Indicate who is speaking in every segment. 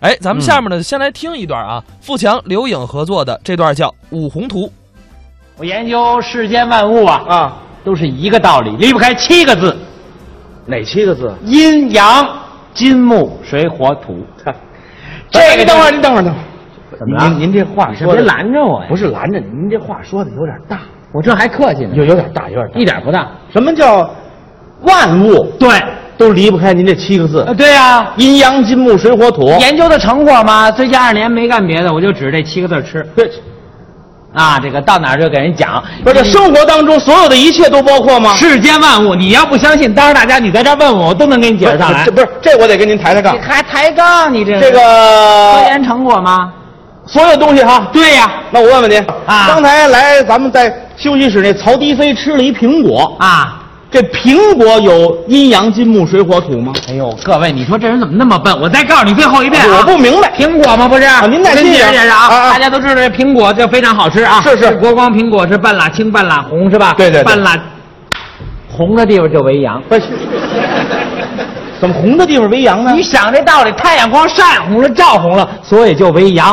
Speaker 1: 哎，咱们下面呢，先来听一段啊，富强、刘颖合作的这段叫《五红图》。
Speaker 2: 我研究世间万物啊，
Speaker 3: 啊，
Speaker 2: 都是一个道理，离不开七个字：
Speaker 3: 哪七个字？
Speaker 2: 阴阳、金木水火土。这个
Speaker 3: 哎你等会儿，你等会儿，等会儿。
Speaker 2: 怎么了
Speaker 3: 您您这话
Speaker 2: 你是
Speaker 3: 说的
Speaker 2: 别拦着我呀
Speaker 3: 不是拦着你，您这话说的有点大，
Speaker 2: 我这还客气呢，
Speaker 3: 有有点大，有点大。
Speaker 2: 一点不大。
Speaker 3: 什么叫万物
Speaker 2: 对，
Speaker 3: 都离不开您这七个字
Speaker 2: 呃？对呀、
Speaker 3: 阴阳金木水火土。
Speaker 2: 研究的成果嘛，最近二年没干别的，我就指着这七个字儿吃
Speaker 3: 对，
Speaker 2: 啊。这个到哪儿就给人讲，
Speaker 3: 不是这生活当中所有的一切都包括吗？
Speaker 2: 世间万物，你要不相信，当着大家你在这儿问我，我都能给你解释上来。
Speaker 3: 这不是这我得跟您抬抬杠
Speaker 2: 你。还抬杠，你这
Speaker 3: 这
Speaker 2: 科
Speaker 3: 个
Speaker 2: 研成果吗？
Speaker 3: 所有东西哈，
Speaker 2: 对呀、
Speaker 3: 那我问问您
Speaker 2: 啊
Speaker 3: 刚才来咱们在休息室那曹迪飞吃了一苹果，
Speaker 2: 啊，
Speaker 3: 这苹果有阴阳金木水火土吗？
Speaker 2: 哎呦，各位，你说这人怎么那么笨？我再告诉你最后一遍、啊，
Speaker 3: 我不明白。
Speaker 2: 苹果吗？不是，
Speaker 3: 您再
Speaker 2: 我跟
Speaker 3: 继
Speaker 2: 你
Speaker 3: 续
Speaker 2: 解释啊，
Speaker 3: 啊啊
Speaker 2: 大家都知道这苹果这非常好吃啊，
Speaker 3: 是是
Speaker 2: 国光苹果是半拉青半拉红是吧？
Speaker 3: 对对对
Speaker 2: 半拉红的地方就为阳。
Speaker 3: 不是，怎么红的地方为阳呢
Speaker 2: 你？想这道理，太阳光晒红了，照红了，所以就为阳。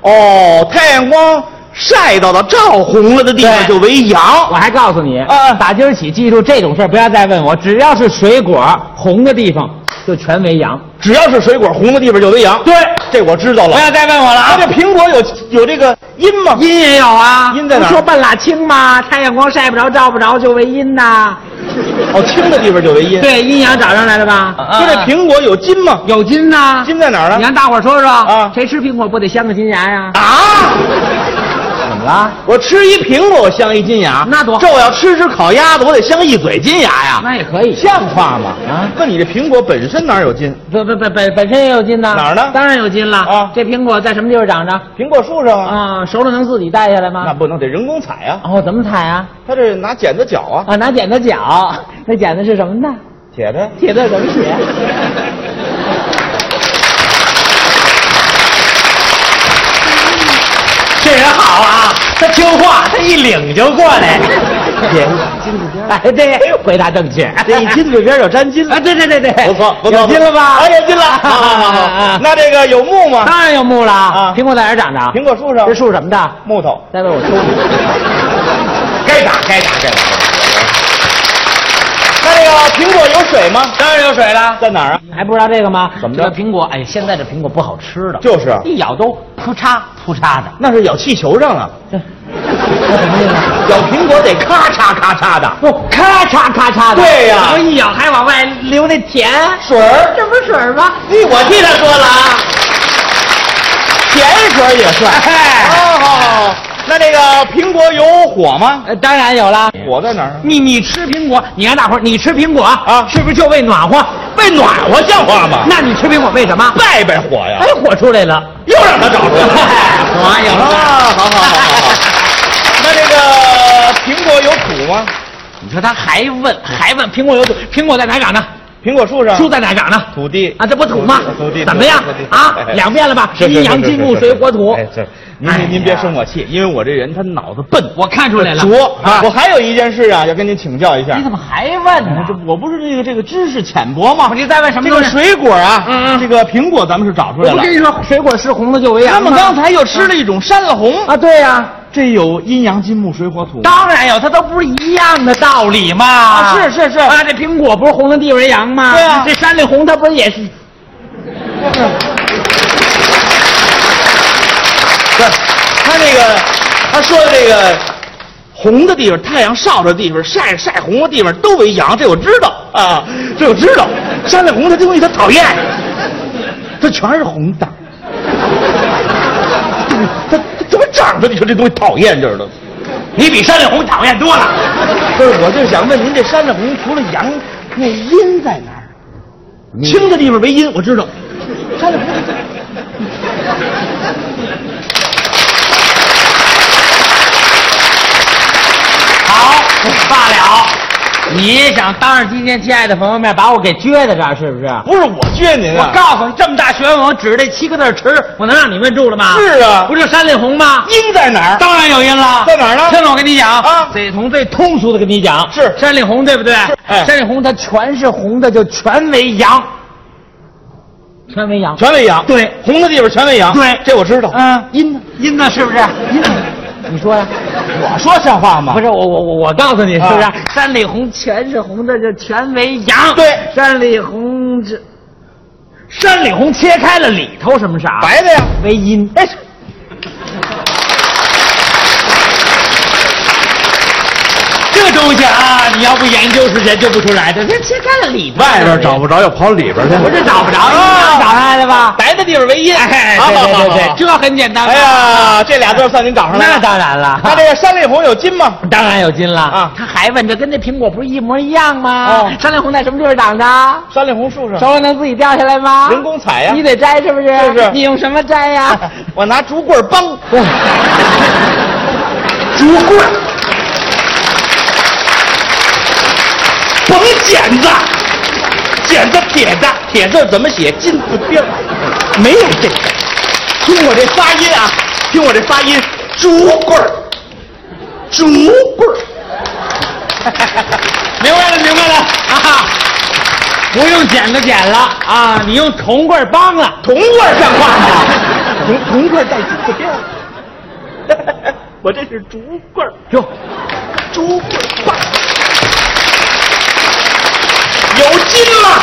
Speaker 3: 哦，太阳光晒到的照红了的地方
Speaker 2: 对
Speaker 3: 就为
Speaker 2: 我
Speaker 3: 阳。
Speaker 2: 还告诉你，
Speaker 3: 啊
Speaker 2: 打今儿起记住这种事儿不要再问我，只要是水果红的地方就全为阳。
Speaker 3: 只要是水果红的地方就为阳。
Speaker 2: 对，
Speaker 3: 这我知道
Speaker 2: 不
Speaker 3: 了。
Speaker 2: 要再问我了啊
Speaker 3: 啊，这！苹果有有这个阴吗？
Speaker 2: 阴也有啊，
Speaker 3: 阴在哪儿
Speaker 2: 不说半拉青吗？太阳光晒不着，照不着，就为阴呐。
Speaker 3: 哦，青的地方就为阴。，
Speaker 2: 对，阴阳找上来了吧？
Speaker 3: 说这苹果有金吗？
Speaker 2: 有金呐，
Speaker 3: 嗯金在哪儿
Speaker 2: 你
Speaker 3: 呢？
Speaker 2: 让大伙儿说说
Speaker 3: 啊
Speaker 2: 谁吃苹果不得镶个金牙呀？
Speaker 3: 啊！
Speaker 2: 怎么了？
Speaker 3: 我吃一苹果，我镶一金牙，
Speaker 2: 那多好
Speaker 3: 这我要吃只烤鸭子，我得镶一嘴金牙呀，
Speaker 2: 那也可以。
Speaker 3: 像话吗？
Speaker 2: 啊
Speaker 3: 问你这苹果本身哪儿有金？
Speaker 2: 不不不本本身也有金呐，
Speaker 3: 哪儿呢
Speaker 2: 当然有金了
Speaker 3: 啊
Speaker 2: 这苹果在什么地方长着？
Speaker 3: 苹果树上啊，
Speaker 2: 啊，熟了能自己带下来
Speaker 3: 那
Speaker 2: 吗？
Speaker 3: 不能得人工采啊，
Speaker 2: 哦，怎么采啊？
Speaker 3: 他这拿剪子绞啊，
Speaker 2: 啊，拿剪子绞，那剪子是什么呢？
Speaker 3: 铁的。
Speaker 2: 铁字怎么写？
Speaker 3: 这人好啊，他听话，他一领就过来。姐，
Speaker 2: 哎，对，回答正确。
Speaker 3: 这一金嘴边有沾金了
Speaker 2: 啊，，对对对对，
Speaker 3: 不错不错，
Speaker 2: 有金了吧？
Speaker 3: 哎，有金了，好好
Speaker 2: 啊
Speaker 3: 好
Speaker 2: 啊
Speaker 3: 好
Speaker 2: 啊。
Speaker 3: 那这个有木吗？
Speaker 2: 当然有木了。
Speaker 3: 啊
Speaker 2: 苹果在哪儿长着？
Speaker 3: 苹果树上
Speaker 2: 这树什么的？
Speaker 3: 木头，
Speaker 2: 待会儿我抽你。
Speaker 3: 该打该打该打。那这个苹果有水吗？
Speaker 2: 当然有水了。
Speaker 3: 在哪儿啊？
Speaker 2: 你还不知道这个吗？
Speaker 3: 怎么着
Speaker 2: 这个苹果，哎，现在这苹果不好吃了，
Speaker 3: 就是啊
Speaker 2: 一咬都扑嚓扑嚓 的。
Speaker 3: 那是咬气球上了，
Speaker 2: 那什么意思？啊
Speaker 3: 咬苹果得咔嚓咔嚓的，
Speaker 2: 不，咔嚓咔嚓的。
Speaker 3: 哦对呀
Speaker 2: 然后一咬还往外流那甜，
Speaker 3: 水儿。
Speaker 2: 这不是水儿吗？
Speaker 3: 咦，我替他说了啊，甜水儿也算。
Speaker 2: 哎
Speaker 3: 好好好，那这个苹果有火吗？
Speaker 2: 呃，当然有了。
Speaker 3: 火在哪儿啊？
Speaker 2: 你你吃苹果，你让大伙儿你吃苹果
Speaker 3: 啊哦
Speaker 2: 是不是就为暖和？
Speaker 3: 被暖和像话吗？
Speaker 2: 那你吃苹果为什么？
Speaker 3: 拜拜火呀
Speaker 2: 哎，火出来了。哎
Speaker 3: 又让他找出来了。
Speaker 2: 我有了
Speaker 3: 啊，好好好好好。那这个苹果有土吗？
Speaker 2: 你说他还问还问苹果有土，苹果在哪儿长呢？
Speaker 3: 苹果树上
Speaker 2: 树在哪儿长呢？
Speaker 3: 啊土地
Speaker 2: 啊，这不土吗
Speaker 3: 土地？
Speaker 2: 怎么样
Speaker 3: 土地
Speaker 2: 啊
Speaker 3: 哎？
Speaker 2: 两遍了吧？
Speaker 3: 是是是
Speaker 2: 阴阳金木
Speaker 3: 是是
Speaker 2: 水火土
Speaker 3: 哎，这。您
Speaker 2: 哎呀
Speaker 3: 您别生我气，因为我这人他脑子笨，
Speaker 2: 我看出来了。
Speaker 3: 拙
Speaker 2: 哎啊
Speaker 3: 我！还有一件事啊，要跟您请教一下
Speaker 2: 你。怎么还问呢？
Speaker 3: 这我不是这个这个知识浅薄吗？
Speaker 2: 你再问什么
Speaker 3: 这
Speaker 2: 东
Speaker 3: 个
Speaker 2: 西？
Speaker 3: 水果啊，
Speaker 2: 嗯嗯
Speaker 3: 这个苹果咱们是找出
Speaker 2: 我
Speaker 3: 来
Speaker 2: 不
Speaker 3: 了
Speaker 2: 跟。你说，水果是红的就为
Speaker 3: 那
Speaker 2: 阳吗？
Speaker 3: 么刚才又吃了一种山了红，
Speaker 2: 啊，对呀，
Speaker 3: 这有阴阳金木水火土吗。
Speaker 2: 当然有，它都不是一样的道理嘛。
Speaker 3: 啊是是是
Speaker 2: 啊，这苹果不是红的地为阳吗？
Speaker 3: 对啊
Speaker 2: 这山里红它不是也是？
Speaker 3: 不是，他那个他说的这个红的地方，太阳照着地方，晒晒红的地方都为阳，这我知道啊，这我知道。山里红的东西他讨厌，这全是红的。他他怎么长着？你说这东西讨厌劲儿的。
Speaker 2: 你比山里红讨厌多了。
Speaker 3: 不是，我就想问您，这山里红除了阳，那阴在哪儿？青的地方为阴，我知道。山里红。
Speaker 2: 好，罢了。你想当着今天亲爱的朋友们把我给撅在这儿是不是？
Speaker 3: 不是我撅您
Speaker 2: 我
Speaker 3: 啊，
Speaker 2: 告诉你，这么大学问，我指着这七个字儿吃，我能让你问住了吗？
Speaker 3: 是啊
Speaker 2: 不是山里红吗？
Speaker 3: 阴在哪儿？
Speaker 2: 当然有音了，
Speaker 3: 啊在哪儿呢
Speaker 2: 听着，我跟你讲
Speaker 3: 啊
Speaker 2: 得从最通俗的跟你讲，
Speaker 3: 是
Speaker 2: 山里红，对不对？
Speaker 3: 哎
Speaker 2: 山里红它全是红的，就全为阳。全为阳。
Speaker 3: 全为阳。
Speaker 2: 对
Speaker 3: 红的地方全为阳。
Speaker 2: 对
Speaker 3: 这我知道。
Speaker 2: 嗯
Speaker 3: 阴呢？
Speaker 2: 阴呢？是不是？阴，你说呀？
Speaker 3: 我说像话吗？
Speaker 2: 不是我我我我告诉你，是不是
Speaker 3: 啊？
Speaker 2: 山里红全是红的，这全为阳。
Speaker 3: 对
Speaker 2: 山里红这，山里红切开了里头什么啊色？
Speaker 3: 白的呀。
Speaker 2: 为阴。哎，
Speaker 3: 这个东西啊，你要不
Speaker 2: 研究是研究不出来的，这切开了里头。
Speaker 4: 外
Speaker 3: 哎
Speaker 4: 边找不着，要跑里边去。
Speaker 2: 不是找不着，啊、找上来的吧？
Speaker 3: 白的地方为阴。
Speaker 2: 哎，
Speaker 3: 好
Speaker 2: 对
Speaker 3: 好
Speaker 2: 对对
Speaker 3: 好
Speaker 2: 对，
Speaker 3: 好
Speaker 2: 这很简单吧。
Speaker 3: 哎呀，这俩字儿算您找上来了。
Speaker 2: 那当然了，
Speaker 3: 那这个山里红有金吗？
Speaker 2: 当然有金了
Speaker 3: 啊
Speaker 2: 他还问这跟那苹果不是一模一样吗？
Speaker 3: 哦
Speaker 2: 山里红在什么地方长的？
Speaker 3: 山里红树上。
Speaker 2: 手里能自己掉下来吗？
Speaker 3: 人工采呀
Speaker 2: 你得摘是不是？
Speaker 3: 就是
Speaker 2: 你用什么摘呀？
Speaker 3: 我拿竹棍儿梆，
Speaker 2: 竹棍。
Speaker 3: 甭剪子，剪子铁子，铁字怎么写？金字边儿，没有这个。听我这发音啊，听我这发音，竹棍儿，竹棍儿。
Speaker 2: 明白了，明白了啊！不用剪子剪了啊，你用铜棍帮了。
Speaker 3: 铜棍儿像话 吗？铜铜棍儿带金字边儿，哎我这是竹棍儿，
Speaker 2: 哟，
Speaker 3: 竹棍儿棒，有金吗？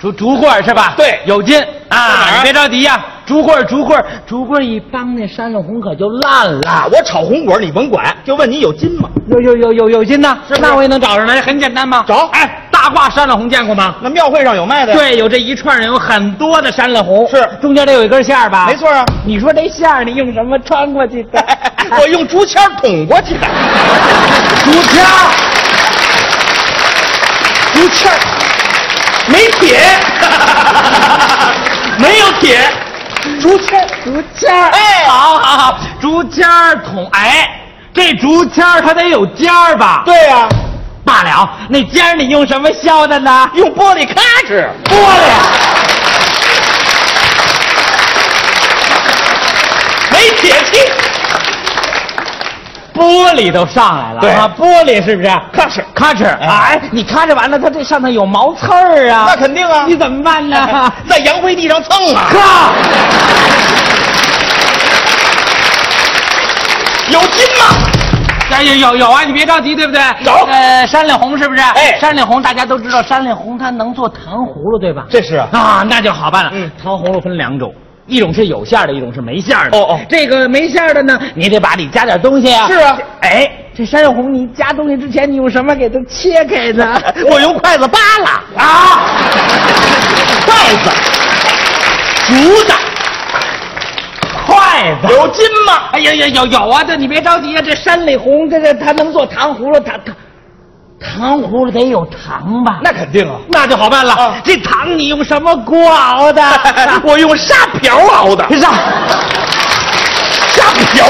Speaker 2: 竹竹棍是吧？
Speaker 3: 对
Speaker 2: 有劲
Speaker 3: 哪儿
Speaker 2: 啊！
Speaker 3: 啊
Speaker 2: 你别着急呀、竹棍竹棍竹棍一帮，那山里红可就烂
Speaker 3: 啊
Speaker 2: 了，。
Speaker 3: 我炒红果儿你甭管，就问你有金吗？
Speaker 2: 有有有有有劲呐，
Speaker 3: 是不是
Speaker 2: 那我也能找上来，很简单嘛。
Speaker 3: 找
Speaker 2: 哎，大褂山里红见过吗？
Speaker 3: 那庙会上有卖的呀，
Speaker 2: 对，有这一串儿有很多的山里红，
Speaker 3: 是
Speaker 2: 中间得有一根线儿吧？
Speaker 3: 没错啊。？
Speaker 2: 你说这线儿你用什么穿过去的
Speaker 3: 我用竹签儿捅过去的，
Speaker 2: 竹签儿。
Speaker 3: 竹签儿没铁，没有铁，竹签儿
Speaker 2: 竹签儿，哎， 好好好，竹签儿筒，哎，这竹签儿它得有尖儿吧？，
Speaker 3: 对啊呀、
Speaker 2: 罢了，那尖儿你用什么削的呢？
Speaker 3: 用玻璃咔哧，
Speaker 2: 玻璃，
Speaker 3: 没铁器，
Speaker 2: 玻璃都上来了，
Speaker 3: 对
Speaker 2: 啊，玻璃是不是？
Speaker 3: 咔哧，
Speaker 2: 咔哧，哎，你咔哧完了，它这上头有毛刺儿啊，
Speaker 3: 那肯定啊哎
Speaker 2: 你怎么办 呢？
Speaker 3: 在洋灰地上蹭啊，
Speaker 2: 咔，
Speaker 3: 有金吗？
Speaker 2: 哎有有有啊，你别着急，对不对？
Speaker 3: 有
Speaker 2: 呃，山里红是不是？
Speaker 3: 哎
Speaker 2: 山里红大家都知道，山里红它能做糖葫芦，对吧？
Speaker 3: 这是啊
Speaker 2: 啊，那就好办了。
Speaker 3: 嗯
Speaker 2: 糖葫芦分两种，一种是有馅儿的，一种是没馅儿的。
Speaker 3: 哦哦
Speaker 2: 这个没馅儿的呢，你得把里加点东西啊。
Speaker 3: 是啊，
Speaker 2: 哎，这山药红你加东西之前，你用什么给它切开呢？
Speaker 3: 我用筷子扒拉，
Speaker 2: 啊，
Speaker 3: 筷子，竹子，
Speaker 2: 筷子。
Speaker 3: 有金吗？
Speaker 2: 哎呀呀，有有啊！这你别着急啊，这山里红，这这它能做糖葫芦，它它糖葫芦得有糖吧？
Speaker 3: 那 肯定啊，
Speaker 2: 那就好办了。
Speaker 3: 啊
Speaker 2: 这糖你用什么锅熬 的？
Speaker 3: 我用沙瓢熬的，
Speaker 2: 上，
Speaker 3: 沙瓢。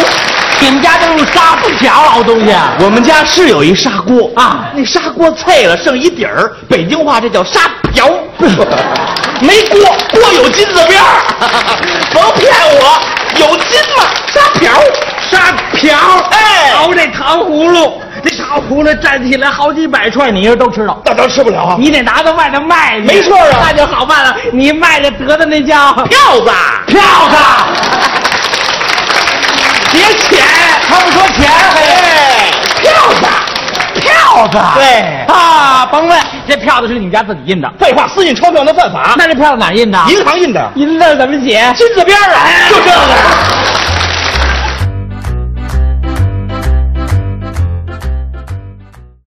Speaker 2: 你们家都用砂不瓢熬东西啊？
Speaker 3: 我们家是有一砂锅
Speaker 2: 啊
Speaker 3: 那砂锅脆了剩一底儿，北京话这叫砂 瓢。没锅，锅有金字边儿， 甭骗我，有金吗？砂瓢，
Speaker 2: 砂瓢，
Speaker 3: 哎
Speaker 2: 熬这糖葫芦，这糖葫芦站起来好几百串，你一人都吃了，
Speaker 3: 那咱吃不了啊。
Speaker 2: 你得拿到外头卖去。
Speaker 3: 没错啊
Speaker 2: 那就好办了，你卖的得的那叫票
Speaker 3: 票子，
Speaker 2: 票子，
Speaker 3: 别钱，
Speaker 2: 他们说钱
Speaker 3: 哎，
Speaker 2: 票子，票子，
Speaker 3: 对
Speaker 2: 啊，甭问，这票子是你们家自己印的，
Speaker 3: 废话，私印
Speaker 2: 啊
Speaker 3: 钞票那犯法，啊
Speaker 2: 那这票子哪儿印的？
Speaker 3: 银行印的，
Speaker 2: 银字怎么写？哎
Speaker 3: 金字边儿啊，就这个。